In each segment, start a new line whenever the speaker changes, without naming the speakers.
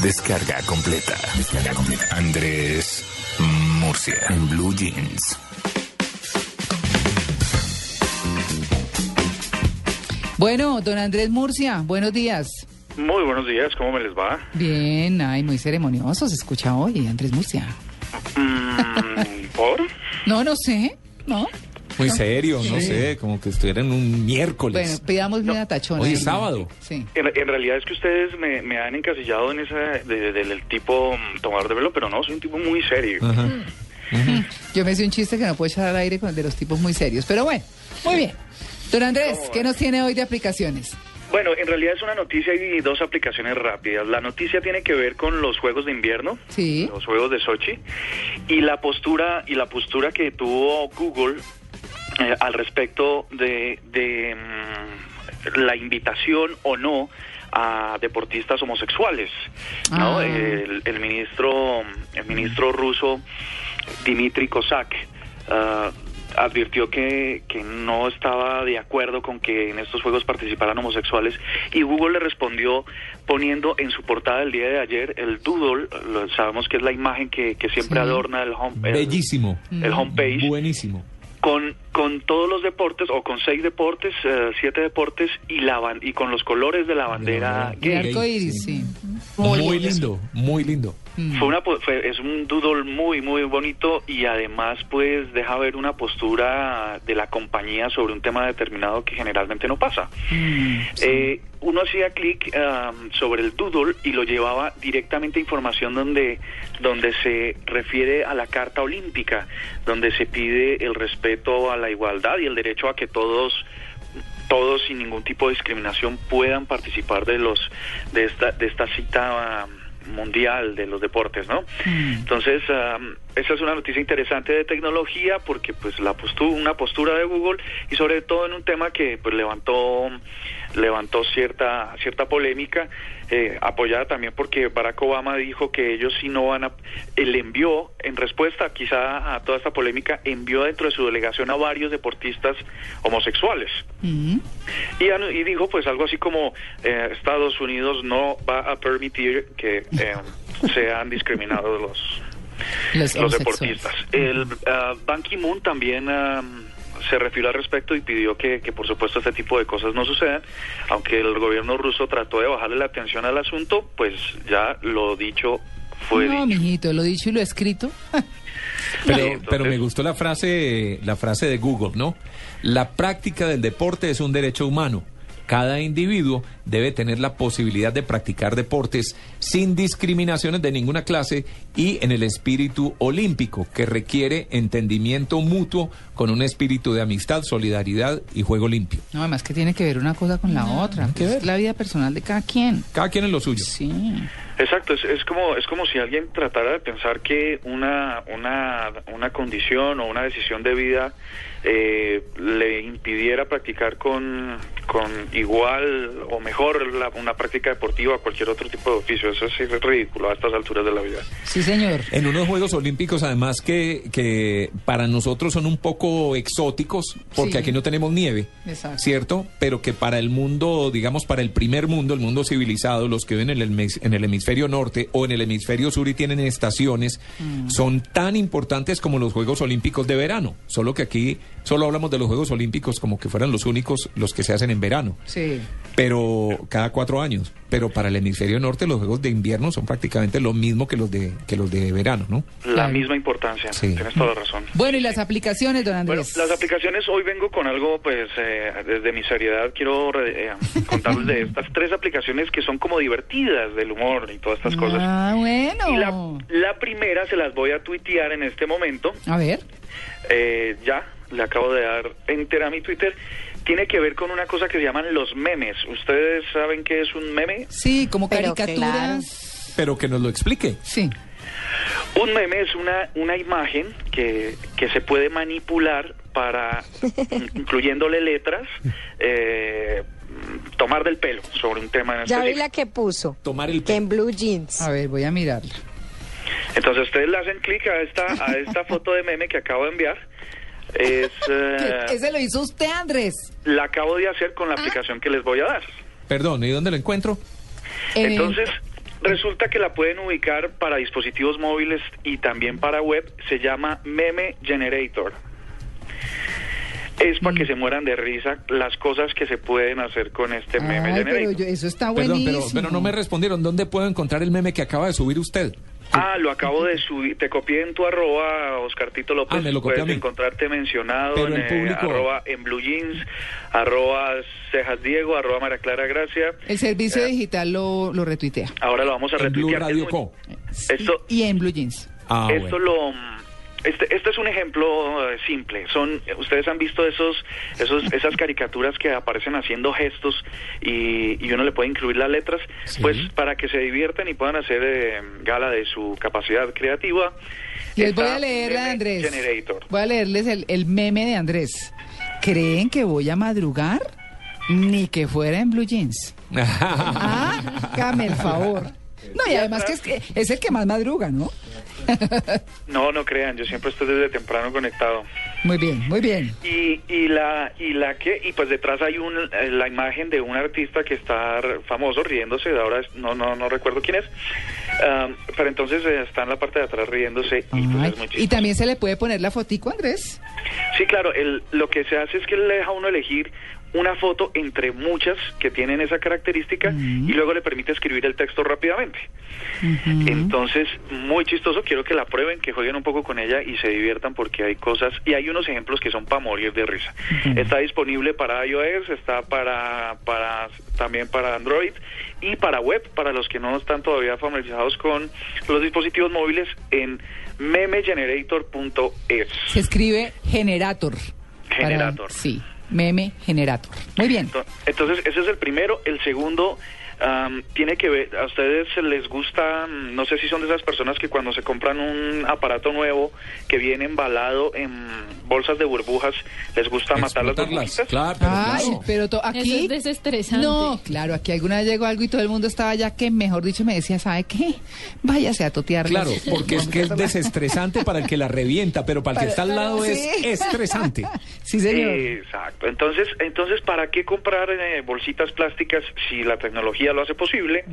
Descarga completa. Descarga completa. Andrés Murcia. En Blue Jeans.
Bueno, don Andrés Murcia, buenos días.
Muy buenos días, ¿cómo me les va?
Bien, ay, muy ceremonioso se escucha hoy, Andrés Murcia.
Mm, ¿Por?
No, no sé, ¿no?
Muy serio, no sé, como que estuviera en un
Bueno,
miércoles.
pidamos una tachona.
Pues, Hoy
ahí.
es sábado.
Sí.
En, en realidad es que ustedes me, me han encasillado en esa de- de- del tipo mm, tomador de pelo, pero no, soy un tipo muy serio.
Yo me hice un chiste que no puedo echar al aire con el de los tipos muy serios, pero bueno, muy bien. Don Andrés, ¿qué nos tiene hoy de aplicaciones?
Bueno, en realidad es una noticia y dos aplicaciones rápidas. La noticia tiene que ver con los Juegos de Invierno,
Sí.
los Juegos de Sochi, y la postura y la postura que tuvo Google eh, al respecto de, de, mm, la invitación o no a deportistas homosexuales. ¿no?
Ah.
Eh, El, el ministro el ministro ruso Dmitry Kozak ah, advirtió que, que no estaba de acuerdo con que en estos juegos participaran homosexuales y Google le respondió poniendo en su portada el día de ayer el doodle, lo- sabemos que es la imagen que, que siempre
Sí.
adorna el, home, el-
Bellísimo.
el
Mm.
homepage
Buenísimo.
con, con todos los deportes o con seis deportes, eh, siete deportes y la ban- y con los colores de la bandera
bandera
gay.
El arco iris, sí.
Muy lindo, muy lindo.
Fue una, po- fue- es un doodle muy, muy bonito y además pues deja ver una postura de la compañía sobre un tema determinado que generalmente no pasa. Eh, uno hacía clic am, sobre el doodle y lo llevaba directamente a información donde, donde se refiere a la Carta Olímpica, donde se pide el respeto a la igualdad y el derecho a que todos todos sin ningún tipo de discriminación puedan participar de los de esta de esta cita ah, mundial de los deportes, ¿no? Entonces am, esa es una noticia interesante de tecnología porque pues la postura una postura de Google y sobre todo en un tema que pues levantó levantó cierta cierta polémica eh, apoyada también porque Barack Obama dijo que ellos sí no van a él envió en respuesta quizá a toda esta polémica envió dentro de su delegación a varios deportistas homosexuales
Mm.
y, anu- y dijo pues algo así como eh, Estados Unidos no va a permitir que eh, sean discriminados los
Los,
los
homosexuales.
deportistas. El ah, Ban Ki-moon también ah, se refirió al respecto y pidió que, que, por supuesto, este tipo de cosas no sucedan. Aunque el gobierno ruso trató de bajarle la atención al asunto, pues ya lo dicho fue
No,
dicho.
mijito, lo dicho y lo escrito.
Sí,
Pero,
entonces-
pero me gustó la frase, la frase de Google, ¿no? La práctica del deporte es un derecho humano. Cada individuo debe tener la posibilidad de practicar deportes sin discriminaciones de ninguna clase y en el espíritu olímpico que requiere entendimiento mutuo con un espíritu de amistad, solidaridad y juego limpio.
No, además que tiene que ver una cosa con la otra.
que
pues,
ver.
Es la vida personal de cada quien.
Cada quien en lo suyo.
Sí.
Exacto, es, es como es como si alguien tratara de pensar que una una, una condición o una decisión de vida eh, le impidiera practicar con, con igual o mejor la- una práctica deportiva o cualquier otro tipo de oficio. Eso sí es ridículo a estas alturas de la vida.
Sí, señor.
En unos Juegos Olímpicos, además, que, que para nosotros son un poco exóticos, porque
Sí.
aquí no tenemos nieve,
Exacto.
¿cierto? Pero que para el mundo, digamos, para el primer mundo, el mundo civilizado, los que viven en el, hemis- en el hemisferio norte o en el hemisferio sur y tienen estaciones, son tan importantes como los Juegos Olímpicos de verano. Solo que aquí solo hablamos de los Juegos Olímpicos como que fueran los únicos los que se hacen en verano.
Sí.
Pero cada cuatro años. Pero para el hemisferio norte los juegos de invierno son prácticamente lo mismo que los de que los de verano, ¿no?
La
Claro.
misma importancia,
Sí.
tienes toda la razón.
Bueno, y las aplicaciones, don
Bueno,
Andrés.
las aplicaciones, hoy vengo con algo, pues, eh, desde mi seriedad, quiero re- eh, contarles de estas tres aplicaciones que son como divertidas del humor y todas estas cosas.
Ah,
Y la,
bueno.
la primera se las voy a tuitear en este momento,
A ver.
eh, ya, le acabo de dar entera a mi Twitter, tiene que ver con una cosa que se llaman los memes. ¿Ustedes saben qué es un meme?
Sí, como
Pero
caricaturas.
Pero que nos lo explique.
Sí.
Un meme es una, una imagen que, que se puede manipular para, in- incluyéndole letras, eh, tomar del pelo sobre un tema en
Ya vi
específico.
la que puso.
Tomar el
Que en blue jeans.
A ver, voy a mirarla.
Entonces ustedes le hacen clic a esta, a esta foto de meme que acabo de enviar. Es, eh,
Ese lo hizo usted, Andrés.
la acabo de hacer con la
Ah.
aplicación que les voy a dar.
Perdón, ¿y dónde lo encuentro?
Eh,
Entonces, resulta que la pueden ubicar para dispositivos móviles y también para web. Se llama Meme Generator. Es para
Mm.
que se mueran de risa las cosas que se pueden hacer con este Meme
Ay, pero
Generator.
yo- eso está Ah,
Perdón,
buenísimo.
pero, pero no me respondieron. ¿Dónde puedo encontrar el meme que acaba de subir usted?
Ah, lo acabo de subir. Te copié en tu arroba, Oscar Tito López.
Ah, me lo copió
Puedes
a mí.
encontrarte mencionado
Pero
en
el
eh,
público-
arroba en Blue Jeans, arroba Cejas Diego, arroba María Clara Gracia.
El servicio digital lo, lo retuitea.
Ahora lo vamos a
En Blue
retuitear.
Radio
Es muy-
Co.
Esto-
Y, y en Blue Jeans.
Ah,
esto
bueno.
lo este, este es un ejemplo eh, simple. Son ustedes han visto esos, esos esas caricaturas que aparecen haciendo gestos y, y uno le puede incluir las letras,
Sí.
pues para que se diviertan y puedan hacer eh, gala de su capacidad creativa.
Les
está
voy a leer a
Meme
Andrés.
Generator.
Voy a leerles el, el meme de Andrés. ¿Creen que voy a madrugar? Ni que fuera en Blue Jeans. Ah, dame el favor. No, y además que es, que es el que más madruga, ¿no?
No, no crean, yo siempre estoy desde temprano conectado.
Muy bien, muy bien.
Y, y la y la que y pues detrás hay un, eh, la imagen de un artista que está r- famoso riéndose de ahora es- no no no recuerdo quién es Am, pero entonces eh, está en la parte de atrás riéndose y pues
Ay,
es muy
y
chistoso.
también se le puede poner la fotico, Andrés.
sí claro el, lo que se hace es que le deja a uno elegir una foto entre muchas que tienen esa característica y luego le permite escribir el texto rápidamente entonces muy chistoso quiero que la prueben que jueguen un poco con ella y se diviertan porque hay cosas y hay unos ejemplos que son para morir de risa está disponible para iOS está para para también para Android y para web para los que no están todavía familiarizados con los dispositivos móviles en memegenerator.es
Se escribe generator. Para-
Generator.
sí, meme generator. Muy bien.
Ento- Entonces, ese es el primero. El segundo am, tiene que ver, a ustedes se les gusta, mm, no sé si son de esas personas que cuando se compran un aparato nuevo que viene embalado en bolsas de burbujas, les gusta matar las
Explotarlas.
burbujitas.
Claro, pero
Ay,
claro.
pero to- aquí...
Eso es desestresante.
No, claro, aquí alguna vez llegó algo y todo el mundo estaba ya que, mejor dicho, me decía, ¿sabe qué? Váyase a totear.
Claro, porque es que es desestresante para el que la revienta, pero para el que está al lado es
sí.
estresante.
Sí, señor.
Exacto. Entonces, entonces, ¿para qué comprar eh, bolsitas plásticas si la tecnología lo hace posible?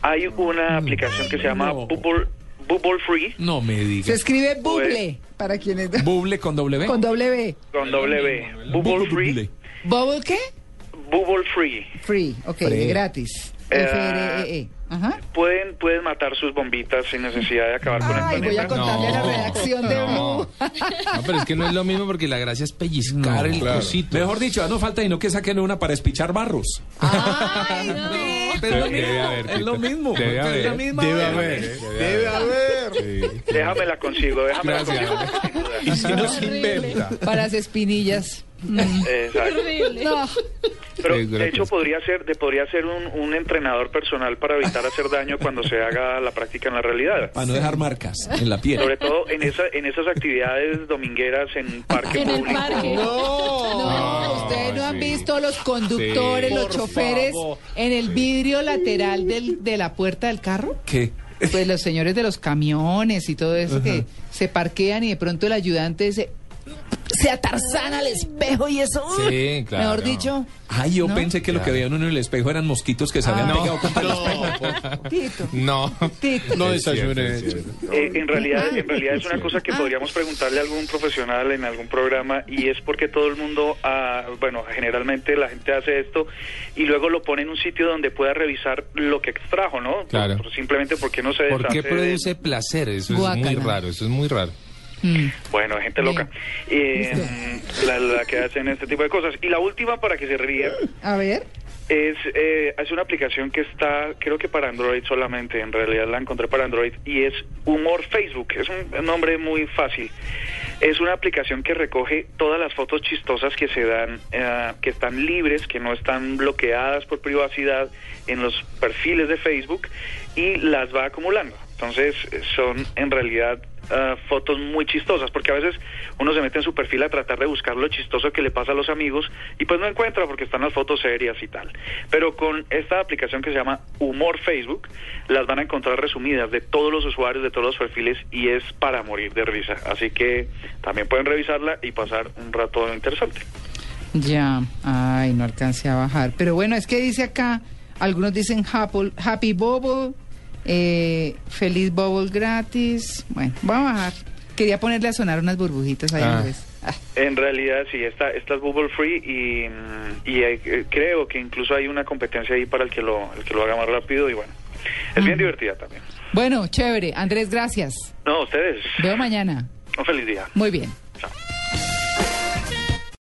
Hay una aplicación que se llama
Mm. No.
Bubble, Bubble Free
No me
Se
digas.
escribe buble, para quienes...
Buble con W.
Con doble B.
con W. Bubble Free.
¿Bubble qué?
Bubble Free.
Free, ok,
Free.
gratis.
Eh,
F-R-E-E. E. Ajá.
pueden, pueden matar sus bombitas sin necesidad de acabar con el
Ay,
planeta.
voy a contarle a la
ah, No,
redacción de
no.
Blue.
No, pero es que no es lo mismo porque la gracia es pellizcar el cosito.
Mejor dicho, no falta y no que saquen una para espichar barros.
Ay,
Pero es lo
Debe
mismo,
haber,
es lo
Tito.
mismo.
Debe
es la
haber.
misma
Debe
vaina.
haber, debe haber.
Déjame la consigo, déjame la
Gracias.
consigo.
Y si no se inventa.
para las espinillas. Mm.
Exacto.
Horrible.
No.
Pero
Sí,
de hecho
gracias.
podría ser, de, podría ser un, un entrenador personal para evitar hacer daño cuando se haga la práctica en la realidad.
Para no dejar marcas en la piel.
Sobre todo en esa, en esas actividades domingueras en parque
En el
público.
parque.
No, ustedes no han
sí.
visto los conductores,
Sí.
los
Por
choferes
favor.
en el vidrio lateral del- de la puerta del carro.
¿Qué?
Pues los señores de los camiones y todo eso que se parquean y de pronto el ayudante se, se atarzana al espejo y eso. uy,
Sí, claro.
Mejor dicho,
Ay, yo
¿No?
pensé que lo que veían uno en el espejo eran mosquitos que se habían
Ah,
pegado.
Tito.
No,
Tito.
no, no desayuné.
Eh, en realidad, en realidad es una cosa
Ah.
que podríamos preguntarle a algún profesional en algún programa y es porque todo el mundo, ah, bueno, generalmente la gente hace esto y luego lo pone en un sitio donde pueda revisar lo que extrajo, ¿no?
Claro.
Por- simplemente porque no se
¿Por qué
deshace de-
produce placer? Eso es muy
Guácala.
raro, eso es muy raro.
Mm.
Bueno, gente loca. Eh, la, la que hacen este tipo de cosas. Y la última para que se rían
A ver.
Es, eh, es una aplicación que está, creo que para Android solamente, en realidad la encontré para Android, y es Humor Facebook, es un nombre muy fácil. Es una aplicación que recoge todas las fotos chistosas que se dan, eh, que están libres, que no están bloqueadas por privacidad en los perfiles de Facebook, y las va acumulando. Entonces eh, son en realidad ah, fotos muy chistosas, porque a veces uno se mete en su perfil a tratar de buscar lo chistoso que le pasa a los amigos y pues no encuentra porque están las fotos serias y tal. Pero con esta aplicación que se llama Humor Facebook, las van a encontrar resumidas de todos los usuarios, de todos los perfiles y es para morir de risa. Así que también pueden revisarla y pasar un rato interesante.
Ya, ay, no alcancé a bajar. Pero bueno, es que dice acá, algunos dicen Happy, happy Bubble, eh, Feliz Bubble gratis. Bueno, voy a bajar. Quería ponerle a sonar unas burbujitas ahí,
Ah.
Andrés. Ah,
En realidad sí, esta, esta es Bubble Free y, mm, y hay- eh, creo que incluso hay una competencia ahí para el que lo, el que lo haga más rápido y bueno, es bien divertida también.
Bueno, chévere. Andrés, gracias.
No, ustedes,
Veo mañana.
un feliz día.
Muy bien.